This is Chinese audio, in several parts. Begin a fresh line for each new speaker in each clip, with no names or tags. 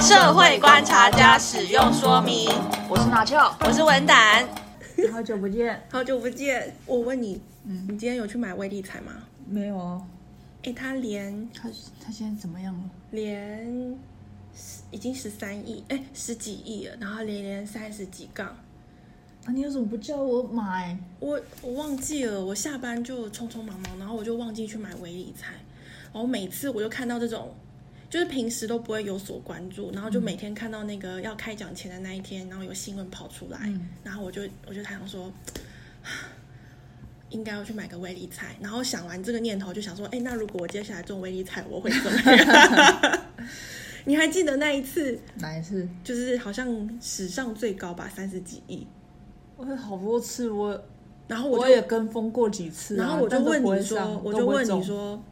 社会观察家使用说明。
我是拿翘，
我是文胆，
好久不见。
好久不见。我问你，你今天有去买威力彩吗？
没有啊，
哎，他连
他他现在怎么样了？
连已经十三亿，哎，十几亿了，然后连连三十几杠。
啊，你为什么不叫我买？
我我忘记了，我下班就匆匆忙忙，然后我就忘记去买微理财，然后每次我就看到这种，就是平时都不会有所关注，然后就每
嗯
天看到那个要开奖前的那一天，然后有新闻跑出来，
嗯
然后我就我就想说， 应该要去买个微理财，然后想完这个念头就想说，哎，那如果我接下来中微理财，我会怎么样？ 你还记得那一次，
哪一次？
就是好像史上最高吧，三十几亿，
我有好多次，我
然后我
我
就
也跟风过几次啊、
然后我就
但都
问
不会
你说
上，
我
都
就
不会
问你
中，
说，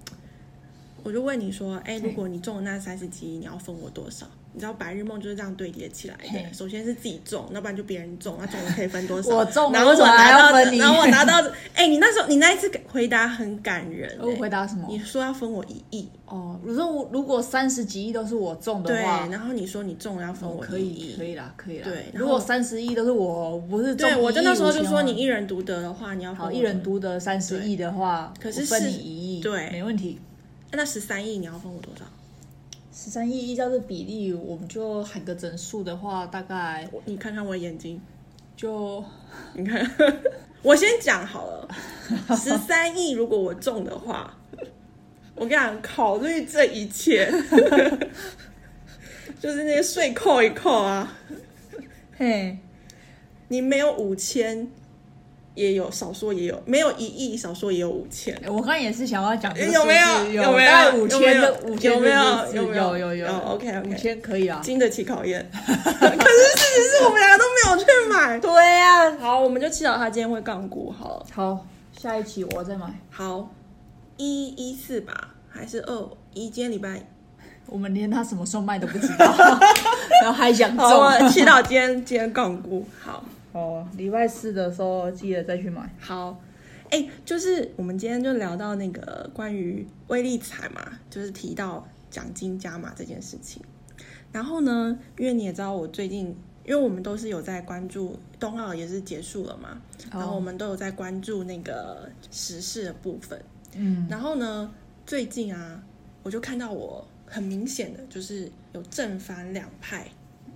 我就问你说，哎，如
嘿
果你中了那三十几亿，你要分我多少？你知道白日梦就是这样堆叠起来的，
嘿
首先是自己中，要不然就别人中，那中了可以分多 少？
我中了
然后
为什
我
么还
拿
要
到，
分你
然后我 拿到，哎，你那时候你那一次回答很感人、
我哦回
答
答什么？
你说要分我一亿，
哦，如果如果三十几亿都是我中的
对，
话，
然后你说你中了要分
哦
我
可
一
以
亿，
可以啦，可以啦。
对然
如
后
果三十亿都是我，不是中
对，我
一亿
就那时候就
五千
说
万
你一人独得的话，你要分
好
我
一人独得三十
对
亿的话，
可是
我分
是
你一亿，
对
没问题。
那十三亿你要分我多少？
十三亿依照这比例，我们就喊个整数的话，大概
我你看看我的眼睛。
就
你看， 我先讲好了，十三亿如果我中的话，我跟你讲，考虑这一切， 就是那些税扣一扣啊，
嘿，
你没有五千，也有少说也有，没有一亿，少说也有五千。
我刚才也是想要讲这个
有没有
数字
有
有
没有
大概五
有没
千
有
的五千
有没有
的数字
有没有
有有
有，OK，OK
五千可以啊。
经得起考验， 可是事情是我们两个都没有去买。
对啊，
好，我们就祈祷他今天会杠估好了。
好，下一期我再买。
好，一一四吧，还是二一？今天礼拜
我们连他什么时候卖都不知道， 然后还想 中。
好，我祈祷今天今天杠估。好，
哦，礼拜四的时候记得再去买。
好，哎、就是我们今天就聊到那个关于威力彩嘛，就是提到奖金加码这件事情。然后呢，因为你也知道，我最近因为我们都是有在关注冬奥也是结束了嘛，
哦
然后我们都有在关注那个时事的部分。
嗯，
然后呢，最近啊，我就看到我很明显的就是有正反两派，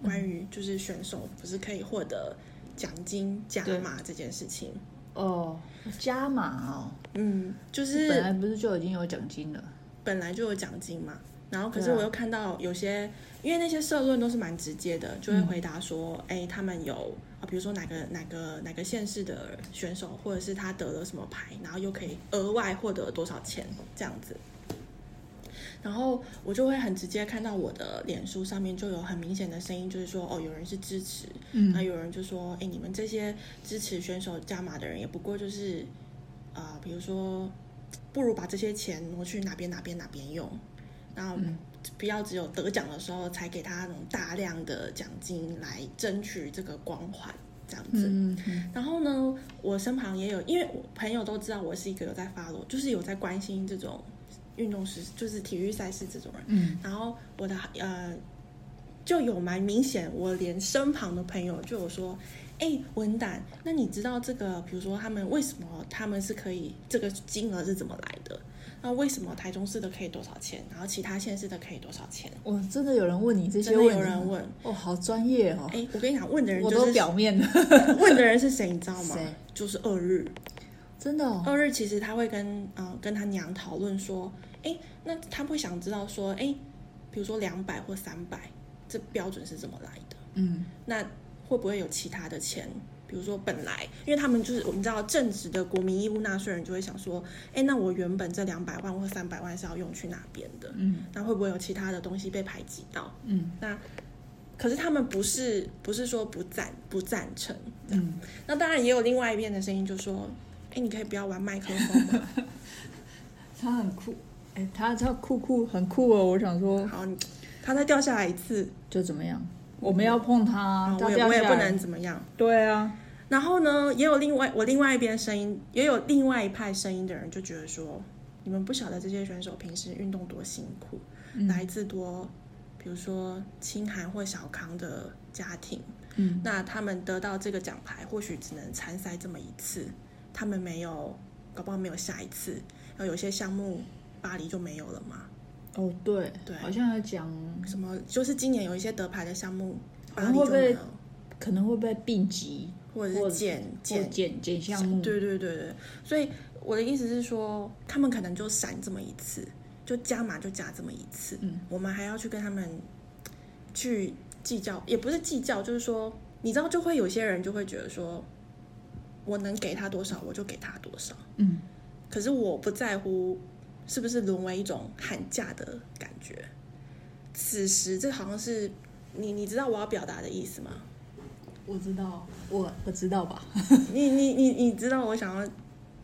关于就是选手不是可以获得奖金加码这件事情。
哦，加码哦，
嗯，就
本
是
来不是就已经有奖金了？
本来就有奖金嘛，然后可是
对啊
我又看到有些，因为那些社论都是蛮直接的，就会回答说，
嗯
哎、他们有啊，比如说哪个哪个哪个县市的选手，或者是他得了什么牌，然后又可以额外获得多少钱这样子。然后我就会很直接看到我的脸书上面就有很明显的声音，就是说哦，有人是支持，
嗯
那有人就说，哎，你们这些支持选手加码的人，也不过就是，啊、比如说，不如把这些钱挪去哪边哪边哪边用，那不要只有得奖的时候才给他那种大量的奖金来争取这个光环，这样子。
嗯嗯
然后呢，我身旁也有，因为我朋友都知道我是一个有在 follow，就是有在关心这种运动时，就是体育赛事这种人。
嗯，
然后我的呃就有蛮明显，我连身旁的朋友就有说，哎，文胆，那你知道这个，比如说他们为什么他们是可以这个金额是怎么来的？那为什么台中市的可以多少钱，然后其他县市的可以多少钱？
我哦真的有人问你这些
真的
问题？
有人问，
哦，好专业哦，
哎，我跟你讲，问的人
我
就
都
是
表面的，
问的人是谁，你知道吗
谁？
就是二日。
真的哦，
二日其实他会跟呃跟他娘讨论说，哎，那他会想知道说，哎，比如说两百或三百，这标准是怎么来的？
嗯，
那会不会有其他的钱？比如说本来，因为他们就是我们知道正直的国民义务纳税人就会想说，哎，那我原本这两百万或三百万是要用去哪边的？
嗯，
那会不会有其他的东西被排挤到？
嗯，
那可是他们不是不是说不赞不赞成，
嗯，
那当然也有另外一边的声音就说，哎，你可以不要玩麦克风吗？
他很酷，哎，他他酷酷很酷哦，我想说
好，你它再掉下来一次，
就怎么样，我们要碰他
啊，
他
我也
掉
我也
下
不
来
能，怎么样。
对啊，
然后呢，也有另外我另外一边声音，也有另外一派声音的人就觉
嗯
得说，你们不晓得这些选手平时运动多辛苦，来自多比如说清寒或小康的家庭，
嗯，
那他们得到这个奖牌，或许只能参赛这么一次，他们没有，搞不好没有下一次。然后有些项目巴黎就没有了嘛，
哦，对，
对
好像要讲
什么就是今年有一些得牌的项目，巴
然
黎
后
就
啊会
没有
被，可能会被并级
或者是减
或
减
减减项目，
对对对对，所以我的意思是说，他们可能就闪这么一次，就加码就加这么一次，
嗯，
我们还要去跟他们去计较，也不是计较，就是说，你知道，就会有些人就会觉得说，我能给他多少，我就给他多少，
嗯，
可是我不在乎是不是沦为一种喊价的感觉。此时，这好像是你，你知道我要表达的意思吗？
我知道，我我知道吧，
你你你你知道我想要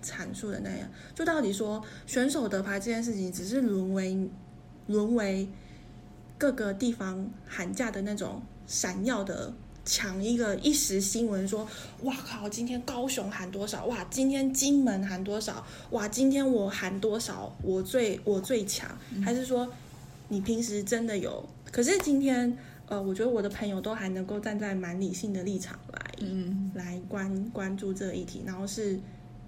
阐述的那样，就到底说选手得牌这件事情，只是沦为沦为各个地方喊价的那种闪耀的抢一个一时新闻说，哇靠，今天高雄喊多少？哇，今天金门喊多少？哇，今天我喊多少？我最我最强，还是说你平时真的有？可是今天，呃，我觉得我的朋友都还能够站在蛮理性的立场来
嗯，
来关关注这个议题，然后是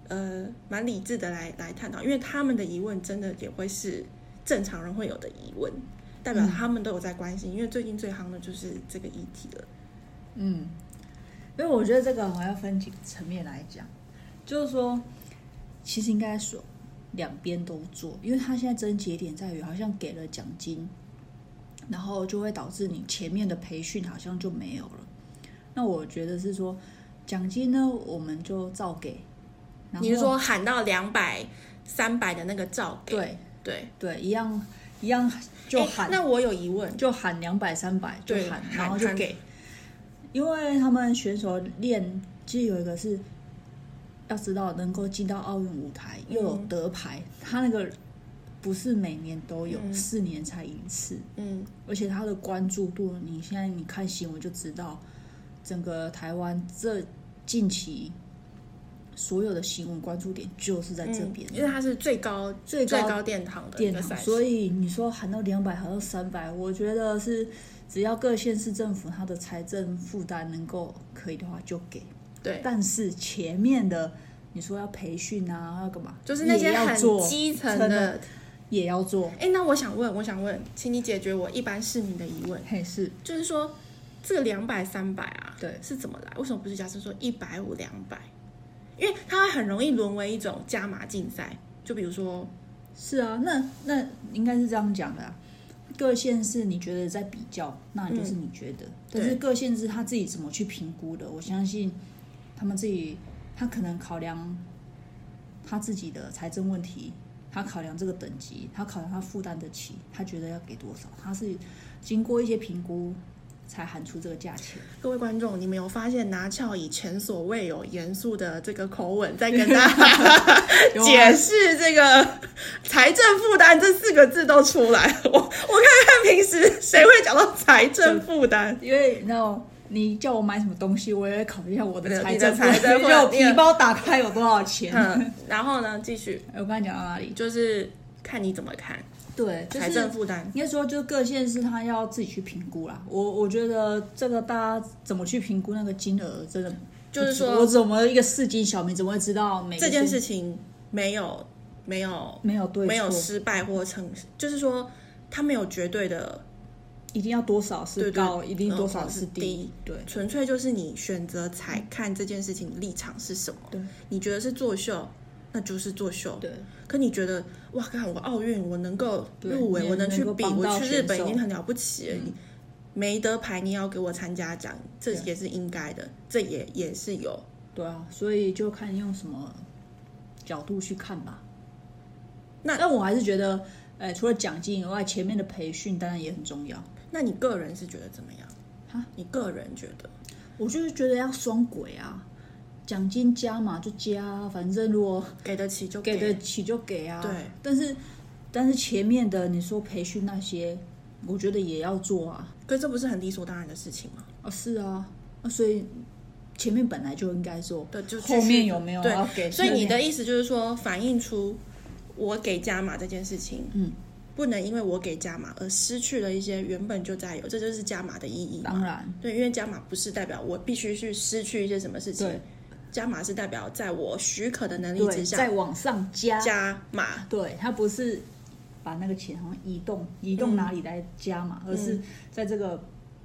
呃蛮理智的来来探讨，因为他们的疑问真的也会是正常人会有的疑问，代表
嗯
他们都有在关心，因为最近最夯的就是这个议题了。
嗯，因为我觉得这个我要分几个层面来讲，就是说，其实应该说两边都做，因为他现在症结点在于好像给了奖金，然后就会导致你前面的培训好像就没有了。那我觉得是说，奖金呢我们就照给，然后
你是说喊到两百、三百的那个照给？
对
对，
对一样一样就
诶
喊、
哎那我有疑问，
就喊两百三百就
对
喊，
喊
然后就
喊
给，因为他们选手练，其实有一个是要知道能够进到奥运舞台又有
嗯
得牌，他那个不是每年都有，
嗯
四年才一次，
嗯
而且他的关注度，你现在你看新闻就知道，整个台湾这近期所有的新闻关注点就是在这边
嗯，因为它是最高
最
最
高
高殿堂的一
殿
个
堂，
赛事，
所以你说喊到两百，喊到三百，我觉得是只要各县市政府它的财政负担能够可以的话就给，
对。
但是前面的你说要培训啊，要干嘛，
就是那些
也要
很
做，
基层
真
的
的，也要做，
哎，那我想问，我想问，请你解决我一般市民的疑问。
嘿是，
就是说这个两百三百啊，
对
是怎么来？为什么不是假设说一百五两百？因为它会很容易沦为一种加码竞赛，就比如说，
是啊，那那应该是这样讲的、啊。各县市你觉得在比较，那就是你觉得。但是
嗯对
各县市他自己怎么去评估的，我相信他们自己，他可能考量他自己的财政问题，他考量这个等级，他考量他负担得起，他觉得要给多少，他是经过一些评估才喊出这个价钱。
各位观众，你们有发现拿翘以前所未有严肃的这个口吻在跟大家
有啊
解释这个财政负担这四个字都出来了。我我看看平时谁会讲到财政负 担？
因为你知道，你叫我买什么东西，我也会考虑一下我
你
的
的
财政负担，
财政
因为我
你的
皮包打开有多少钱。哎
嗯，然后呢，继续
我刚才讲到哪里？
就是看你怎么看
对，就是、
财政负担。
应该说，就各县市他要自己去评估啦。我我觉得这个大家怎么去评估那个金额，真的
就是说
我怎么一个市井小民怎么会知道每个
这件
县
事情没有没有
没有对错
没有失败或成，就是说他没有绝对的，
一定要多少是
对对
高，一定
嗯
多少
或是
是
低
对
纯粹就是你选择才看这件事情立场是什么。
对
你觉得是作秀，那就是作秀。
对
可你觉得哇，看我奥运，我能够
对
入围，
你
我能去
能够
比，
帮到
我去日本
选
已
手嗯
经很了不起了。你没得牌，你也要给我参加奖，这
对
也是应该的，这也也是有。
对啊，所以就看用什么角度去看吧。
那
但我还是觉得，呃，除了奖金以外，前面的培训当然也很重要。
那你个人是觉得怎么样
哈？
你个人觉得？
我就是觉得要双轨啊，奖金加嘛就加啊，反正如果
给得起就
给
给
得起就给啊。
对，
但是但是前面的你说培训那些，我觉得也要做啊。
可这不是很理所当然的事情吗？
啊，是啊，啊所以前面本来就应该做，
对，就
后面有没有
对
要给？
所以你
对
的意思就是说，反映出我给加码这件事情，
嗯，
不能因为我给加码而失去了一些原本就在有，这就是加码的意义嘛。
当然，
对，因为加码不是代表我必须去失去一些什么事情
对，
加码是代表在我许可的能力
对，
之
再
下
往上加，
加码。
对，它不是把那个钱好像移动移动哪里来加嘛，
嗯
而是在这个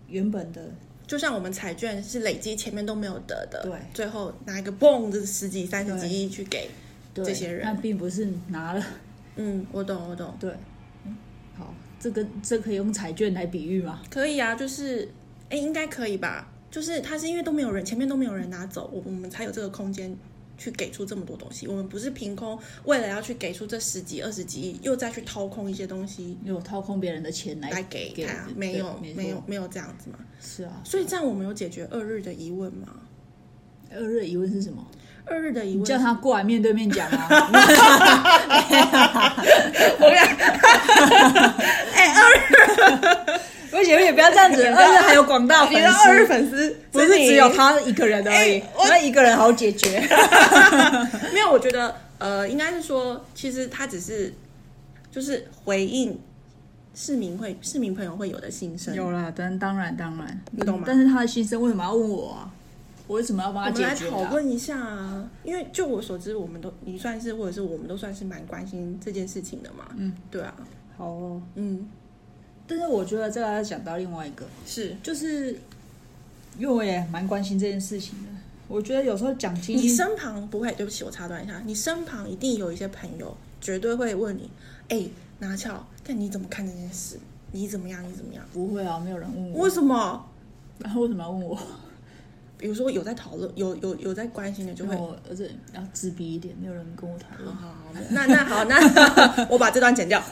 原本的
就像我们彩券是累积前面都没有得的，
对
最后拿一个蹦这十几、三十几亿去给。
对
这些人
那并不是拿了
嗯，我懂，我懂，
对，嗯好，这跟这可以用彩券来比喻吗？
可以啊，就是，哎，应该可以吧？就是他是因为都没有人，前面都没有人拿走，我我们才有这个空间去给出这么多东西。我们不是凭空为了要去给出这十几、二十几亿，又再去掏空一些东西
有掏空别人的钱来
来给
给
他，
对
没有，
没
没有
错，
没有这样子嘛。
是啊。
所以这样我们有解决二日的疑问吗？
二日的疑问是什么？
二日的疑
你
问
叫
是
他过来面对面讲 啊！
我跟你讲，
哎而且 也不要这样 子，二日还有广大
你
粉
的
丝，
二日粉丝
不是只有他一个人而已
哎，
那一个人好解决。
没有，我觉得呃，应该是说，其实他只是就是回应市民会市民朋友会有的心声。
有啦，当当然当然，
你懂吗
但是他的心声为什么要问我啊？我为什么要帮
我
他
们
解
来
决、
讨
啊？
论一下啊，因为就我所知，我们都你算是或者是我们都算是蛮关心这件事情的嘛。
嗯，
对啊，
好哦，
嗯，
但是我觉得这个要讲到另外一个，
是。
就是因为我也蛮关心这件事情的。我觉得有时候奖金
你身旁不会，对不起，我插断一下，你身旁一定有一些朋友绝对会问你，哎、拿翘，但你怎么看这件事？你怎么样？你怎么样？
不会啊，没有人问我，
为什么？
然后为什么要问我？
比如说有在讨论，有有有在关心的，就
因
会哦
为我儿子要自闭一点，没有人跟我讨论。
好，那那好，那 我把这段剪掉。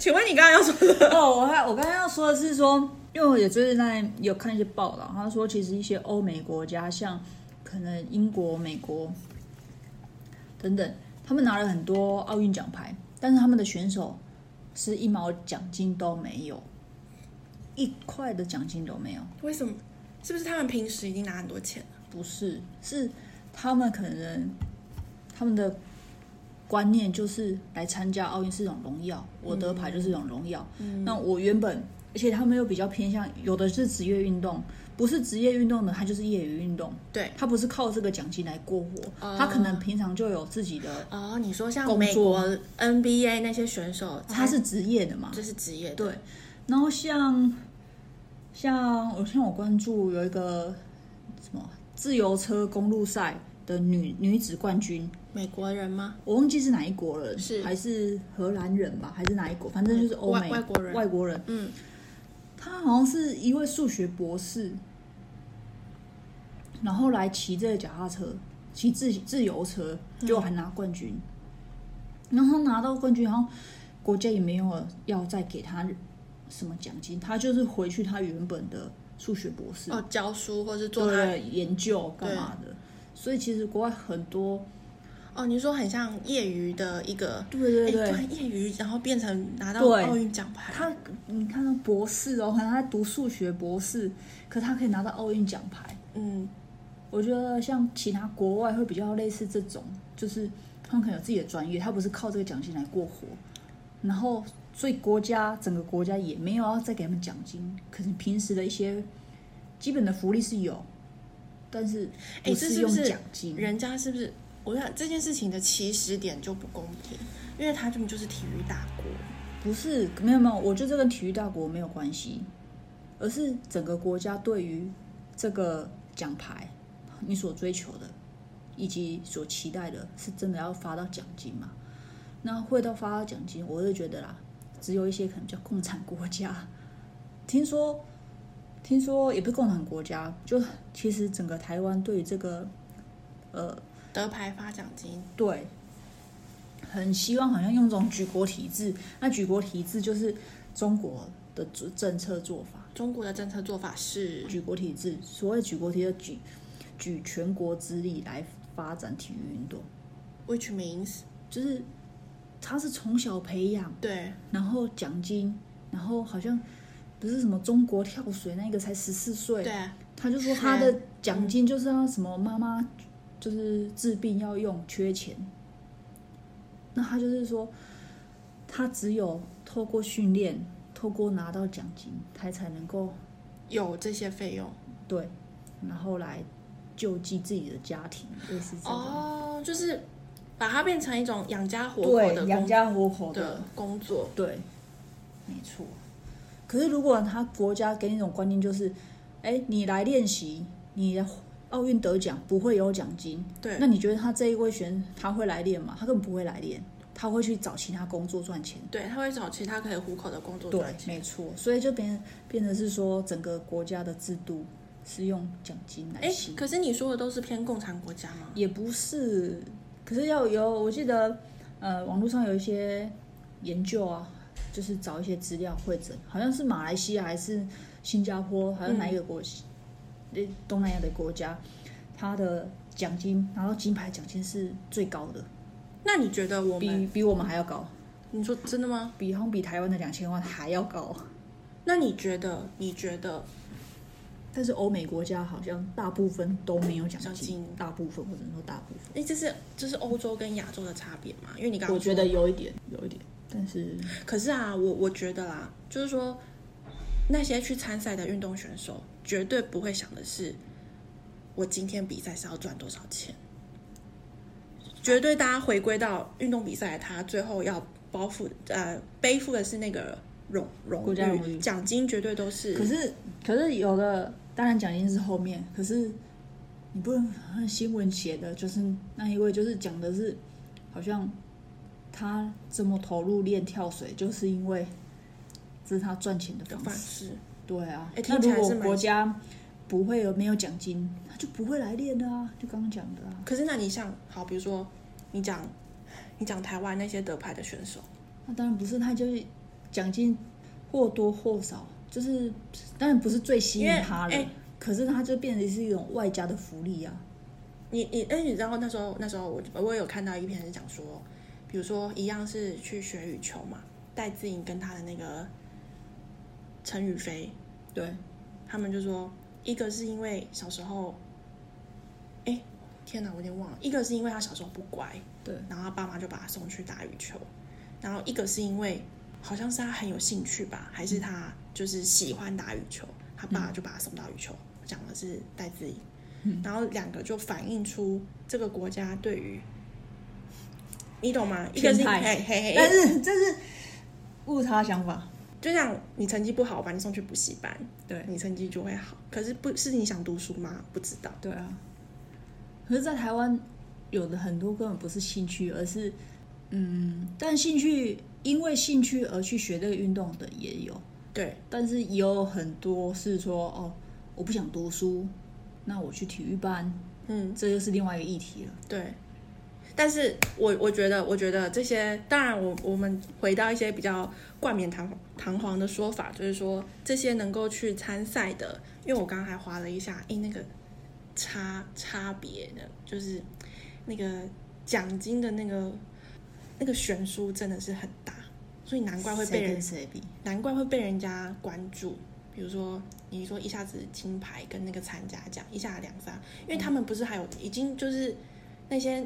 请问你刚刚要说的？
哦，我还我刚刚要说的是说，因为我也最近在有看一些报道，他说其实一些欧美国家，像可能英国、美国等等，他们拿了很多奥运奖牌，但是他们的选手是一毛奖金都没有，一块的奖金都没有。
为什么？是不是他们平时已经拿很多钱了？
不是，是他们可能他们的观念就是来参加奥运是一种荣耀，我得牌就是一种荣耀。那我原本，而且他们又比较偏向，有的是职业运动，不是职业运动的，他就是业余运动，
对。
他不是靠这个奖金来过活，
哦
他可能平常就有自己的，
哦，你说像
工作哦
美国 NBA 那些选手，
他是职业的嘛，
这是职业的，
对，然后像像我像我关注有一个什么自由车公路赛的女女子冠军，
美国人吗？
我忘记是哪一国人，
是
还是荷兰人吧，还是哪一国？反正就是欧美
外外国人
外国人，
嗯，
他好像是一位数学博士，然后来骑这个脚踏车，骑自自由车，
嗯
就还拿冠军。然后拿到冠军，然后国家也没有要再给他什么奖金，他就是回去他原本的数学博士
哦，教书或是做他
对研究干嘛的。所以其实国外很多，
哦，你说很像业余的一个，
对对
哎
对，
然业余，然后变成拿到
对
奥运奖牌，
他，你看到博士哦，可能他读数学博士，可他可以拿到奥运奖牌。
嗯，
我觉得像其他国外会比较类似这种，就是他们可能有自己的专业，他不是靠这个奖金来过活，然后所以国家整个国家也没有要再给他们奖金，可是平时的一些基本的福利是有，但是
哎，
不
这是
用
不是
奖金，
人家是不是？我想这件事情的起始点就不公平，因为他们就是体育大国，
不是，没有没有，我觉得这跟体育大国没有关系，而是整个国家对于这个奖牌你所追求的以及所期待的，是真的要发到奖金嘛？那会到发到奖金，我就觉得啦，只有一些可能叫共产国家， 听说听说也不是共产国家，就其实整个台湾对于这个呃
得牌发奖金，
对，很希望好像用这种举国体制。那举国体制就是中国的政政策做法，
中国的政策做法是
举国体制。所谓举国体制，举举全国之力来发展体育运动，
，which means
就是他是从小培养，
对，
然后奖金，然后好像不是什么中国跳水那个才十四岁，
对，啊
他就说他的奖金就是要什么妈妈就是治病要用缺钱，那他就是说他只有透过训练，透过拿到奖金，他才能够
有这些费用
对，然后来救济自己的家庭，类似这样。
哦，就是把它变成一种养家活口的
对，养
工
家糊口
的工作，
对，没错。可是如果他国家给你一种观念，就是，哎，你来练习，你奥运得奖不会有奖金，
对
那你觉得他这一位选他会来练吗？他根本不会来练，他会去找其他工作赚钱。
对，他会找其他可以糊口的工作
对
赚，钱。
没错，所以就变变得是说，整个国家的制度是用奖金来
哎
吸，
可是你说的都是偏共产国家吗？
也不是，可是要有，我记得，呃，网络上有一些研究啊，就是找一些资料会诊，好像是马来西亚还是新加坡，还是哪一个国，呃、东南亚的国家，它的奖金拿到金牌奖金是最高的，
那你觉得我们？
比比我们还要高，
你说真的吗？
比好像比台湾的两千万还要高。
那你觉得？你觉得？
但是欧美国家好像大部分都没有奖
奖
金
金，
大部分或者说大部分。
哎，这是这是欧洲跟亚洲的差别嘛？因为你刚刚
我觉
说
得有一点，有一点，但是
可是啊，我我觉得啦，就是说那些去参赛的运动选手，绝对不会想的是，我今天比赛是要赚多少钱。绝对，大家回归到运动比赛，他最后要包负呃背负的是那个荣荣
国家荣誉
誉奖金，绝对都是。
可是可是有的，当然奖金是后面，可是你不能看新闻写的，就是那一位就是讲的是，好像他这么投入练跳水，就是因为这是他赚钱的方
反
式。
是
对啊，
哎
那
听起
如
来是
果
蛮
国家不会有没有奖金，他就不会来练的啊，就刚刚讲的啊。
可是那你像好，比如说你讲你讲台湾那些得牌的选手，
那当然不是，他就是奖金或多或少，就是当然不是最吸引他了，
因为哎
可是他就变成是一种外加的福利啊。
你你哎，你知道那时候那时候我我有看到一篇是讲说，比如说一样是去学羽球嘛，戴资颖跟她的那个陈宇飞，
对，
他们就说一个是因为小时候，哎天哪，我有点忘了，一个是因为他小时候不乖，
对，
然后他爸妈就把他送去打羽球，然后一个是因为好像是他很有兴趣吧，还是他就是喜欢打羽球，他爸就把他送到羽球，讲的是戴资颖，
嗯
然后两个就反映出这个国家对于，你懂吗？一个是
偏袒
嘿嘿
但
嘿，
是这是误差想法。
就像你成绩不好，我把你送去补习班，
对
你成绩就会好。可是不是你想读书吗？不知道。
对啊，可是，在台湾有的很多根本不是兴趣，而是嗯，但兴趣因为兴趣而去学这个运动的也有，
对，
但是也有很多是说哦，我不想读书，那我去体育班，
嗯，
这又是另外一个议题了。
对。但是我我觉得，我觉得这些，当然我我们回到一些比较冠冕堂堂皇的说法，就是说这些能够去参赛的，因为我刚刚还划了一下，诶，那个差差别呢，就是那个奖金的那个那个悬殊真的是很大，所以难怪会被
谁
人
跟谁比？
难怪会被人家关注。比如说，你说一下子金牌跟那个参加奖一下两三，因为他们不是还有已经就是那些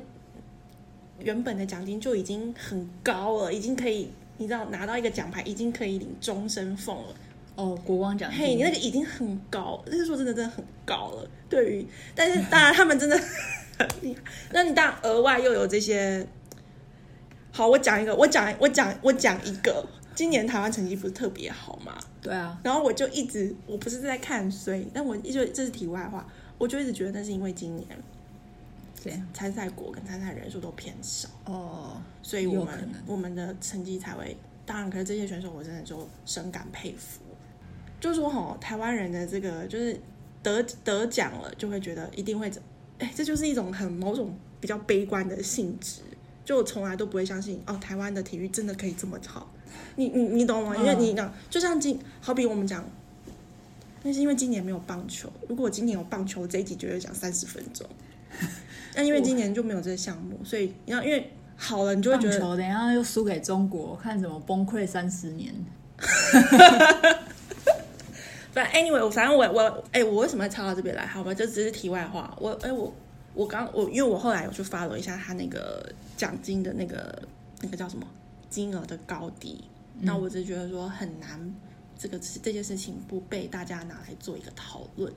原本的奖金就已经很高了，已经可以你知道拿到一个奖牌已经可以领终身俸了。
哦，国光奖金。
嘿，你那个已经很高，那个说真的真的很高了。对于，但是当然他们真的很 厉害，那你当然额外又有这些。好，我讲一个，我讲我讲我讲一个，今年台湾成绩不是特别好嘛，
对啊，
然后我就一直，我不是在看衰，但我一直这是题外话，我就一直觉得那是因为今年
这样
参赛国跟参赛人数都偏少，
哦，
所以我
有可
们
能
我们的成绩才会。当然，可是这些选手我真的就深感佩服。就说吼，台湾人的这个就是得得奖了，就会觉得一定会怎，哎，这就是一种很某种比较悲观的性质。就我从来都不会相信哦，台湾的体育真的可以这么好。你你你懂吗？因为
嗯
你讲，就像今好比我们讲，那是因为今年没有棒球。如果我今年有棒球，这一集绝对讲三十分钟。那因为今年就没有这个项目，所以你要因为好了，你就会
棒
觉
球
得
等一下又输给中国，看怎么崩溃三十年。
反正 anyway，我反正我我哎、我为什么要插到这边来？好吧，这只是题外话。我哎、我我刚我因为我后来有去 follow 一下他那个奖金的那个那个叫什么金额的高低。那我只是觉得说很难，这个这件事情不被大家拿来做一个讨论。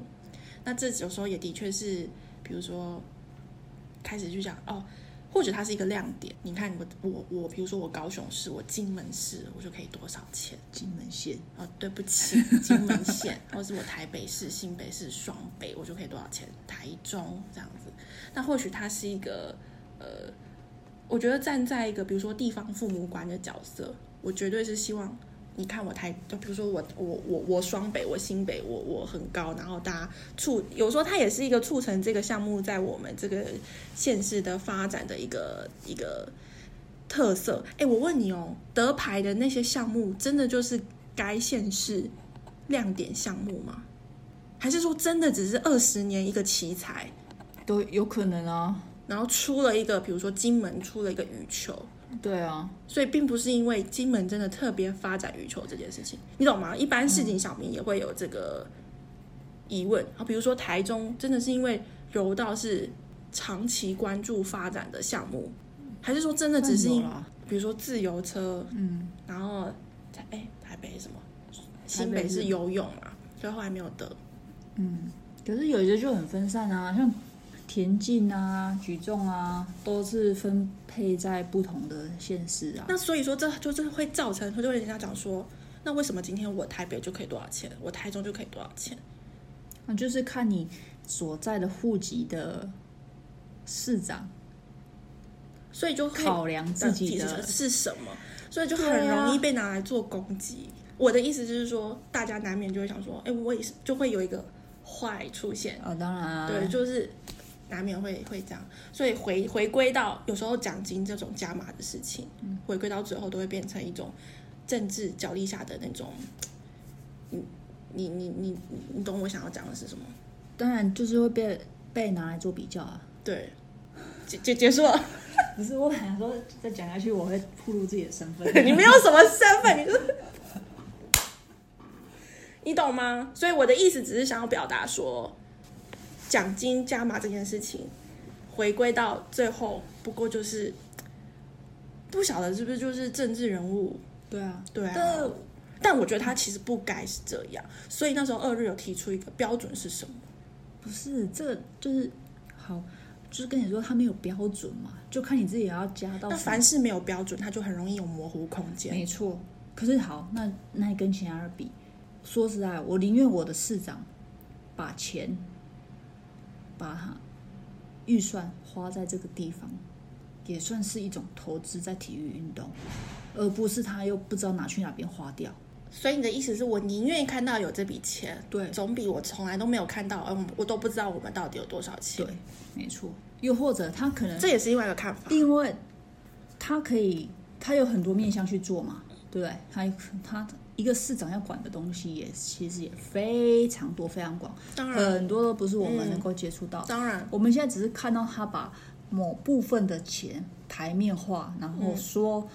那这有时候也的确是，比如说开始去讲哦，或者它是一个亮点。你看我我我，比如说我高雄市，我金门市，我就可以多少钱？
金门县
哦，对不起，金门县，或是我台北市、新北市、双北，我就可以多少钱？台中这样子，那或许它是一个呃，我觉得站在一个比如说地方父母官的角色，我绝对是希望你看我台，就比如说我我我我双北，我新北，我我很高，然后大家促，有时候它也是一个促成这个项目在我们这个县市的发展的一个一个。特色，哎，我问你哦，得牌的那些项目，真的就是该县市亮点项目吗？还是说真的只是二十年一个奇才，
都有可能啊。
然后出了一个，比如说金门出了一个羽球，
对啊，
所以并不是因为金门真的特别发展羽球这件事情，你懂吗？一般市井小民也会有这个疑问啊，比如说台中真的是因为柔道是长期关注发展的项目，还是说真的只是
算有
因
啦
比如说自由车，
嗯，
然后台哎、台北什么，
台北
新北
是
是游泳嘛，所以后来没有得。
可是有一些就很分散啊，像田径啊、举重啊，都是分配在不同的县市啊。
那所以说这就是会造成，就会人家讲说，那为什么今天我台北就可以多少钱，我台中就可以多少钱？
那就是看你所在的户籍的市长
所以就会
考量自己的
是什么，所以就
对
很
啊
容易被拿来做攻击。我的意思就是说，大家难免就会想说，哎，我也是就会有一个坏出现，
啊、当然啊，
对，就是难免会会这样，所以回回归到有时候奖金这种加码的事情，回归到最后都会变成一种政治角力下的那种，你你你你你你懂我想要讲的是什么？
当然就是会被被拿来做比较啊。
对，结结结束了，
不是，我本来说再讲下去我会暴露自己的身 份
你没有什么身份，你就是。 你懂吗？所以我的意思只是想要表达说，奖金加码这件事情，回归到最后，不过就是不晓得是不是就是政治人物，
对啊，
对啊
但
但我觉得他其实不该是这样。所以那时候二日有提出一个标准是什么？
不是这个就是好，就是跟你说他没有标准嘛，就看你自己要加到什
那
么。
凡事没有标准，它就很容易有模糊空间。
没错，可是好，那那你跟其他人比，说实在，我宁愿我的市长把钱把它预算花在这个地方，也算是一种投资在体育运动，而不是他又不知道拿去哪边花掉。
所以你的意思是我宁愿看到有这笔钱，
对
总比我从来都没有看到，嗯，我都不知道我们到底有多少钱
对。，没错。又或者他可能
这也是另外一个看法。
因为他可以，他有很多面向去做嘛，对不对？他他一个市长要管的东西也其实也非常多，非常广，
当然，
很多都不是我们能够接触到的。
呃当然，
我们现在只是看到他把某部分的钱台面化，然后说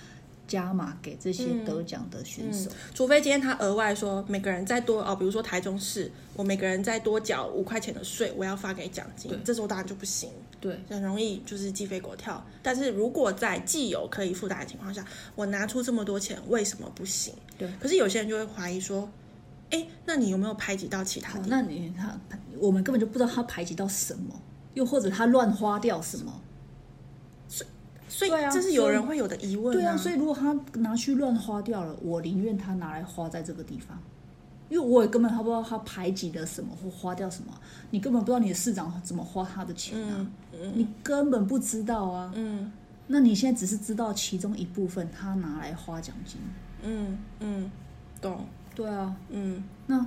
加码给这些得奖的选手。
除非今天他额外说每个人再多哦，比如说台中市，我每个人再多缴五块钱的税，我要发给奖金
对，
这时候当然就不行，
对，
很容易就是鸡飞狗跳。但是如果在既有可以负担的情况下，我拿出这么多钱，为什么不行？
对。
可是有些人就会怀疑说，哎，那你有没有排挤到其他
好，
地？
那你他我们根本就不知道他排挤到什么，又或者他乱花掉什么。
所以
对啊
这是有人会有的疑问、
对啊，所
以
以如果他拿去乱花掉了，我宁愿他拿来花在这个地方，因为我也根本他不知道他排挤了什么或花掉什么，你根本不知道你的市长怎么花他的钱啊，你根本不知道啊。
嗯
那你现在只是知道其中一部分，他拿来花奖金。
嗯嗯，懂，
对啊，
嗯
那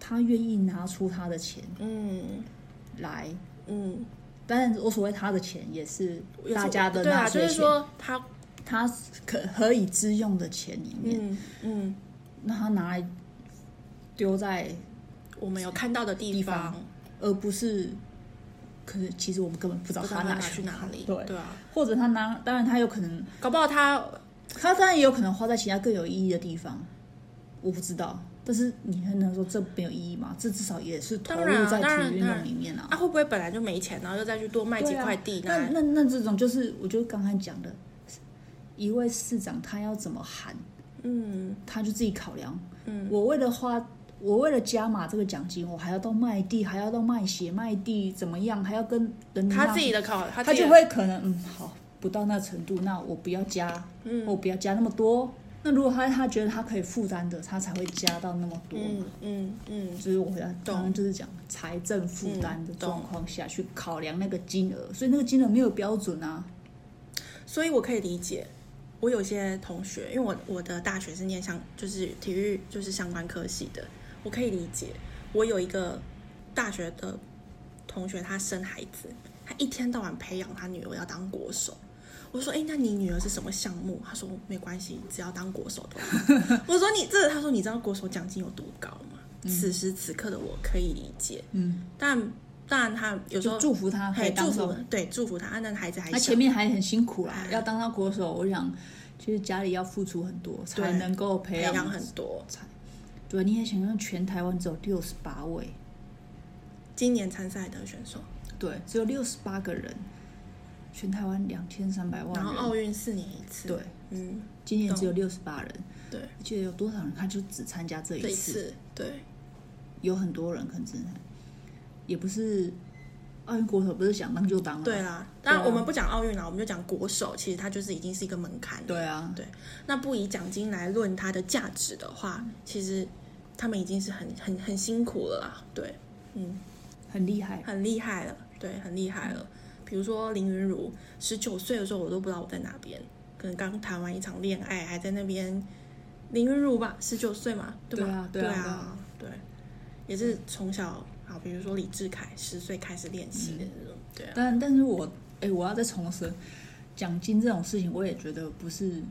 他愿意拿出他的钱
嗯
来，
嗯，
当然我所谓他的钱也是大家的
对
纳
啊，就
税
是
钱，
说他，
他可可以之用的钱里面，
嗯嗯。
那他拿来丢在
我们有看到的地方，
而不是，可是其实我们根本不知道
不知
他
道
拿
他拿去哪里。
对，
对啊，
或者他拿，当然他有可能，
搞不好他
他当然也有可能花在其他更有意义的地方，我不知道。但是你很能说这没有意义吗？这至少也是投
当然
入
啊
在
当
体
然
育运
当
动
然
里面啊
啊，。会不会本来就没钱，然后又再去多卖几
对啊
块地
那
呢？
那那这种就是，我就刚才讲的，一位市长他要怎么喊，
嗯
他就自己考量。
嗯
我为了花，我为了加码这个奖金，我还要到卖地，还要到卖血卖地，怎么样，还要跟人民
他
纳
自己的考，他
他
自己
就
的
会可能嗯好不到那程度，那我不要加，
嗯
我不要加那么多。那如果他他觉得他可以负担的，他才会加到那么多。
嗯嗯嗯
就是我要
懂
刚刚就是讲财政负担的
嗯懂
状况下去考量那个金额，所以那个金额没有标准啊。
所以我可以理解。我有些同学，因为我我的大学是念相，就是体育就是相关科系的，我可以理解。我有一个大学的同学，他生孩子，他一天到晚培养他女儿要当国手。我说：“哎、那你女儿是什么项目？”他说：“没关系，只要当国手都好。”我说：“你这……”他说：“你知道国手奖金有多高吗？”此时此刻的我可以理解，
嗯，
但当然他有时候
就祝福他可
哦嘿
以
祝
当
福
上。
对祝福他，啊那孩子还
那
小。
前面还很辛苦啦
哎，
要当到国手，我想其实家里要付出很多才
对
能够培
培养
养
很多，
对，你也想象全台湾只有六十八位，
今年参赛的选手，
对，只有六十八个人，全台湾两千三百
然
万
后哦
人，
奥运四年一次，
对，，
嗯，
今年只有六十八人，
对，
而且有多少人他就只参加这一
这
次，
一次，对，
有很多人可能只能也不是奥运国手，不是想当就当啊，
对啦。当然我们不讲奥运啦，我们就讲国手，其实它就是已经是一个门槛，
对。啊，
对那不以奖金来论它的价值的话，其实他们已经是很很很辛苦了啦，对，嗯，
很厉害，
很厉害了，对，很厉害了。
嗯
比如说林云儒，十九岁的时候我都不知道我在哪边，可能刚谈完一场恋爱，还在那边。林云儒吧，十九岁嘛，对吧？
对啊对啊
对也是从小啊，比如说李志凯十岁开始练习的
嗯
那种，对啊，
但但是我哎、我要再重申，奖金这种事情，我也觉得不是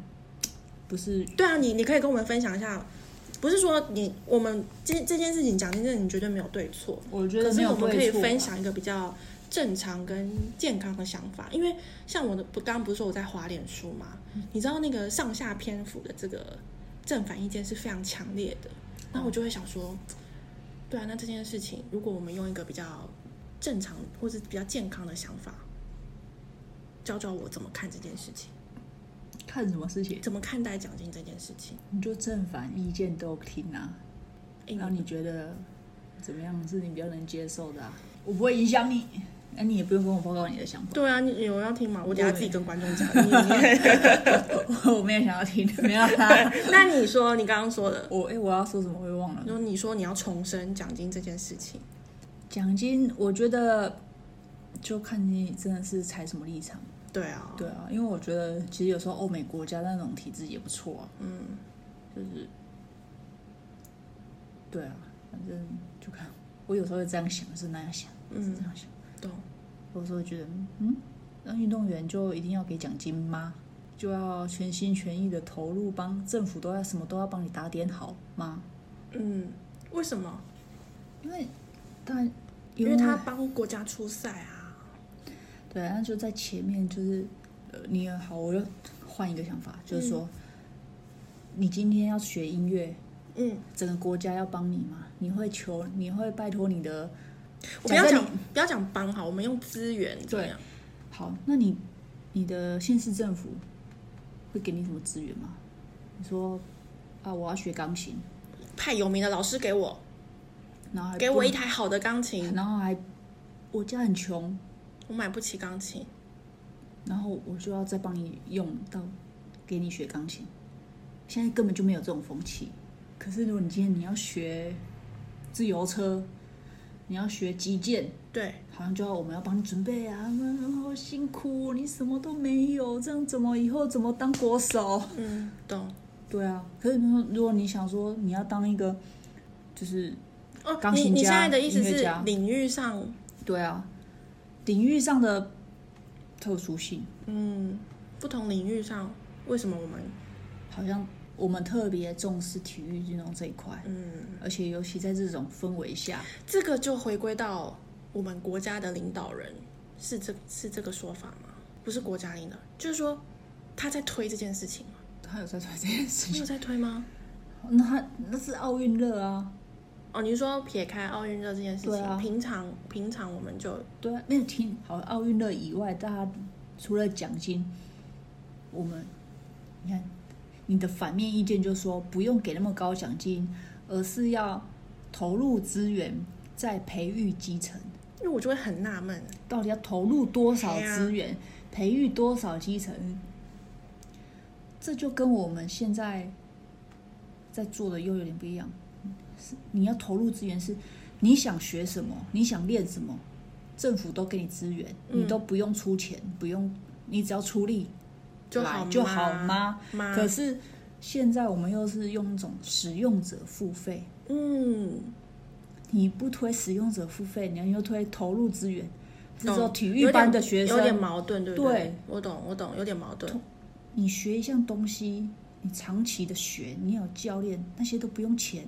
不是
对啊，你你可以跟我们分享一下，不是说你我们这这件事情讲真正你绝对没有对错，
我觉
可
得没
是
有
我们可以
对错啊。
分享一个比较正常跟健康的想法，因为像我的，不刚刚不是说我在滑脸书嘛，
嗯
你知道那个上下篇幅的这个正反意见是非常强烈
哦
的，那我就会想说，对啊，那这件事情如果我们用一个比较正常或是比较健康的想法，教教我怎么看这件事情，
看什么事情，
怎么看待奖金这件事情。
你就正反意见都听啊，
哎
然后你觉得怎么样是你比较能接受的啊？我不会影响你，那你也不用跟我报告你的想 法，
对啊，你有要听吗？我等下自己跟观众 讲。你
我没有想要听，没有啊啦。
那你说你刚刚说的，
我哎、我要说什么我也忘了。
就你说你要重申奖金这件事情，
奖金，我觉得就看你真的是采什么立场。
对啊，
对啊，因为我觉得其实有时候欧美国家那种体制也不错啊，
嗯，
就是，对啊，反正就看。我有时候会这样想，就是那样想，
嗯
是这样想。
懂，
有时候会觉得，嗯，那运动员就一定要给奖金吗？就要全心全意的投入帮政府都要什么都要帮你打点好吗？
嗯，为什么？
因为，但
因为他帮国家出赛啊，
对，那就在前面就是，呃，你也好，我又换一个想法，就是说，你今天要学音乐，
嗯，
整个国家要帮你嘛，你会求，你会拜托你的，
我不要
假设
讲
你
不要讲帮好，我们用资源怎么样？
好，那你你的县市政府会给你什么资源吗？你说啊，我要学钢琴，
派有名的老师给我，
然后还
给
不
我一，台好的钢琴，
然后还我家很穷，
我买不起钢琴，
然后我就要再帮你用到给你学钢琴。现在根本就没有这种风气。可是如果你今天你要学自由车，你要学击剑，
对，
好像就要我们要帮你准备啊，嗯好辛苦，你什么都没有，这样怎么以后怎么当国手？
嗯，懂。
对啊，可是你说如果你想说你要当一个，就是
哦，
钢
你
琴
你现
家
在的意思
音乐
是
家
领域上，
对啊，领域上的特殊性，
嗯，不同领域上，为什么我们，
好像我们特别重视体育运动这一块。
嗯，
而且尤其在这种氛围下，
这个就回归到我们国家的领导人是这是这个说法吗？不是国家领导人，就是说他在推这件事情吗？
他有在推这件事
你有。在推吗？
那他那是奥运热啊，
哦，你是说撇开奥运热这件事
对
情，
啊
平常平常我们就
对啊，没有听好。奥运热以外，大家除了奖金，我们你看你的反面意见就是说不用给那么高奖金，而是要投入资源在培育基层。
因为我就会很纳闷，
到底要投入多少
对啊
资源，培育多少基层，这就跟我们现在在做的又有点不一样。是你要投入资源是，你想学什么，你想练什么，政府都给你资源，
嗯
你都不用出钱，不用，你只要出力
就
来
好
就好吗？
妈，
可是现在我们又是用一种使用者付费，
嗯，
你不推使用者付费，你又推投入资源，这时候
懂
体育班的学生
有点有点矛盾，对不
对
我懂，我懂，有点矛盾。
你学一项东西，你长期的学，你有教练，那些都不用钱。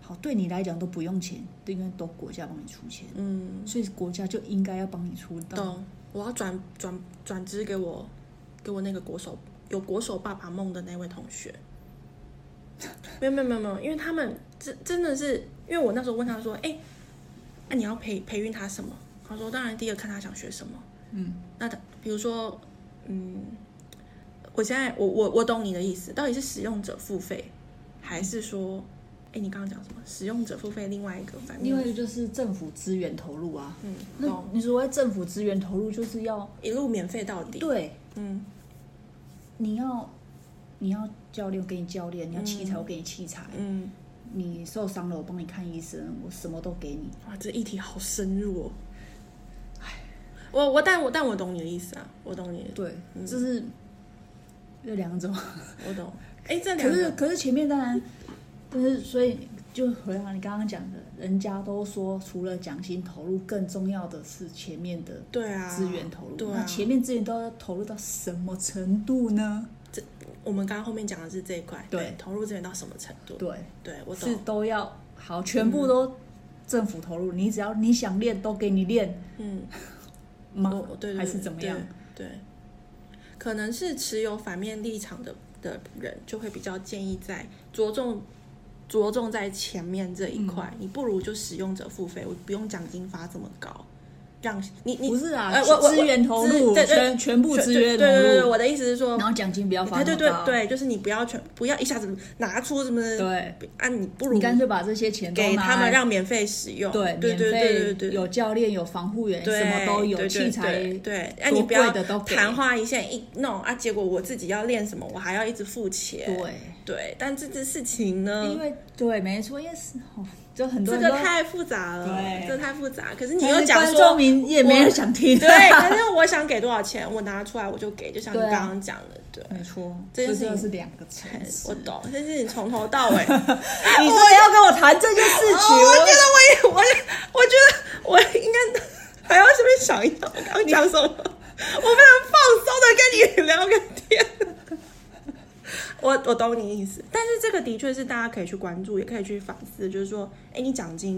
好，对你来讲都不用钱，都应该都国家帮你出钱，
嗯，
所以国家就应该要帮你出到。
懂。我要转转转支给我给我那个国手有国手爸爸梦的那位同学。 没有没有没有没有，因为他们真真的是，因为我那时候问他说，哎、那、你要培培育他什么？他说，当然第一个看他想学什么。
嗯，
那他比如说，嗯，我现在我我我懂你的意思，到底是使用者付费，还是说，哎、你刚刚讲什么？使用者付费，另外一个反
另
面
外一个就是政府资源投入啊。
嗯，
那
懂，
你所谓政府资源投入，就是要
一路免费到底。
对
嗯
你要你要教练，我给你教练；你要器材，
嗯
我给你器材；
嗯，
你受伤了，我帮你看医生，我什么都给你。
哇，这议题好深入哦。我我但我但我懂你的意思啊，我懂你的，
对，就是这两种。
我懂。哎，这两
可是
个
可是前面当然，但是所以就回到你刚刚讲的，人家都说除了奖金投入，更重要的是前面的
对啊，
资源投入。
对啊
那前面资源都要投入到什么程度呢？
我们刚刚后面讲的是这一块，
对
投入资源到什么程度？
对，
对，我
是
懂。
都要好，全部都政府投入，你只要你想练都给你练
嗯，
吗？
我我哦对对
还是怎么样？？
对，对可能是持有反面立场的的人，就会比较建议在着重着重在前面这
嗯
一块，你不如就使用者付费，我不用奖金发这么高，让你你
不是啊，
呃我我
资源投入，
资对对
全全部资源
对对对对，
投入，
我的意思是说
然。后奖金不要发
对
那
对
么高。
对对，就是你不要全不要一下子拿出什么
对，
啊，你不如
你干脆把这些钱都
给
拿
他
来
们让免费使用，
对，
对
免
对对对
费
对，
有教练，有防护员，
对
什么都有，
对对
器材
对对，哎、
多
你不要
贵的都给
昙花一现一弄啊，结果我自己要练什么，我还要一直付钱。
对，
对，但这件事情
因
呢，
为对，没错，因为是哦就很多
嗯这
人
个
都
太复杂了
对，
这太复杂。可是你
但是
又讲
观众
说，
名也没人想听，
对，可是我想给多少钱，我拿出来我就给，就像你
对啊
刚刚讲的，对。
没错，
这件事情
就是两个层次。
我懂，但是你从头到 尾，我
你如果要跟我谈这件事情，
觉哦得我也，我也，我觉得我应该还要这边想一想，我刚刚讲什么？我非常放松的跟你聊个天。我我懂你意思，但是这个的确是大家可以去关注，也可以去反思，就是说，哎，你奖金，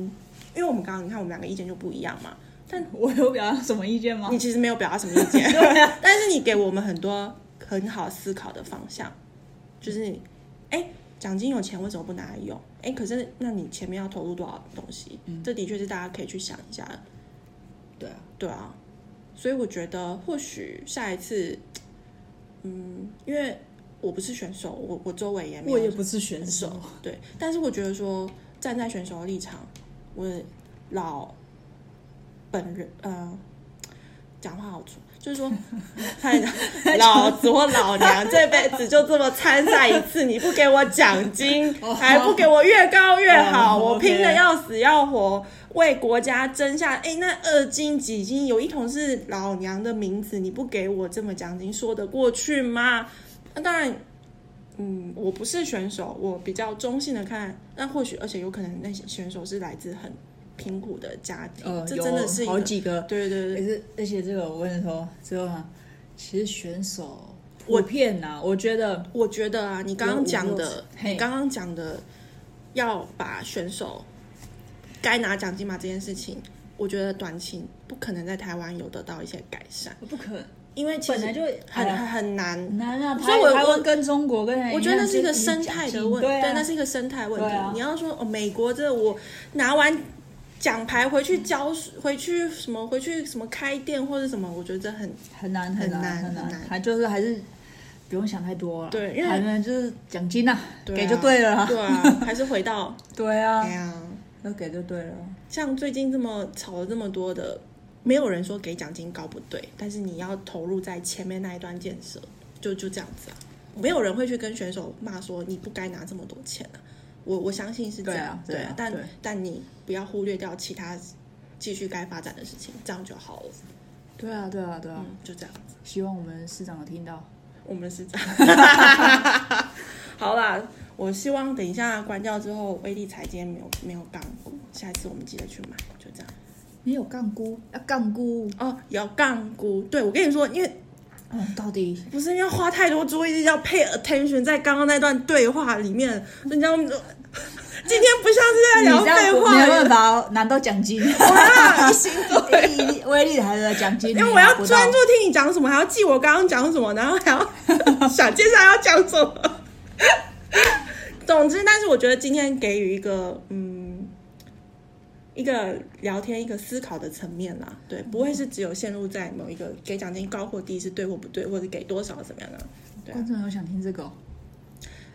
因为我们刚刚你看我们两个意见就不一样嘛，但
我有表达什么意见吗
你？其实没有表达什么意 见，
对啊
但是你给我们很多很好思考的方向，就是，哎，奖金有钱为什么不拿来用？哎，可是那你前面要投入多少东西？
嗯
这的确是大家可以去想一下的，
对啊，
对啊，所以我觉得或许下一次，嗯，因为我不是选手，我我周围也没有
我也不是选手，
对，但是我觉得说站在选手的立场，我老本人呃，讲话好粗，就是 说，差点讲老子或老娘这辈子就这么参赛一次，你不给我奖金， 还不给我越高越好，
哦
我拼的
OK
要死要活，为国家争下。哎，那二金几金有一桶是老娘的名字，你不给我这么奖金，说得过去吗？那当然。嗯，我不是选手，我比较中性的看，那或许而且有可能那些选手是来自很贫苦的家庭，
呃，
嗯这真的是一
有好
个
几个。
对对
可
对，
是而且这个我跟你说，之后啊，其实选手
我
普遍呐，我觉得
我觉得啊，你刚刚讲
有五
的
六，嘿
你刚刚讲的要把选手该拿奖金嘛这件事情，我觉得短期不可能在台湾有得到一些改善，
不可
因为其
本来
实
就
很
哎呀
很很难。
难啊！
所
台
以我
台
我
湾跟中国跟
我觉得那
哎
是一个生态的问，
对啊，
那是一个生态问题
对啊。
你要说哦，美国这我拿完奖牌回去交，回去什么，回去什么开店或者什么，我觉得这很
很难
很
难
难
很
很难
还就是还是不用想太多了。
对因为
反正就是奖金呐、
对啊
给就对了啦。
对啊，还是回到
对
哎
啊，
呀，
要给就对了。
像最近这么吵了这么多的，没有人说给奖金高不对，但是你要投入在前面那一段建设，就就这样子啊，没有人会去跟选手骂说你不该拿这么多钱啊，我我相信是这
对
样
啊，对啊
啊，但
对
但你不要忽略掉其他继续该发展的事情，这样就好了，
对啊，对啊，对啊。
嗯，就这样。
希望我们市长有听到。
我们是这样。 好啦，我希望等一下关掉之后，威力彩今天没有没有杠过，下一次我们记得去买，就这样。
没有杠菇，要杠菇。
哦，有杠菇，对我跟你说，因为
哦，到底
不是因为花太多注意力，要 pay attention 在刚刚那段对话里面，人家今天不像是在
你
聊
这样
废
我没有办
话。
法拿到奖金，
哇
一心对威力还的奖金，
因为我要专注听你讲什么，还要记我刚刚讲什么，然后还要想接下来要讲什么。总之，但是我觉得今天给予一个嗯，一个聊天、一个思考的层面啦，对，不会是只有陷入在某一个给奖金高或低是对或不对，或者给多少怎么样的、对啊
观众有想听这个哦、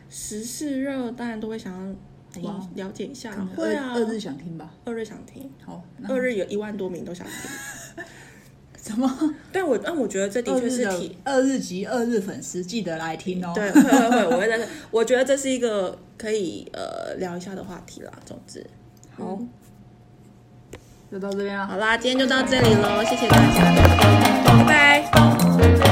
时事热，当然都会想要
哇
听了解一下
可能，
会啊，
二二日想听吧。
二日想听，
好，那
二日有一万多名都想听，
什么？
但我但我觉得这的确是
二日
体
的二日及二日粉丝记得来听哦。
对，会会会，我会在 这。我觉得这是一个可以呃聊一下的话题啦。总之，
好，就到这边了。啊
好啦，今天就到这里喽，谢谢大家，拜拜。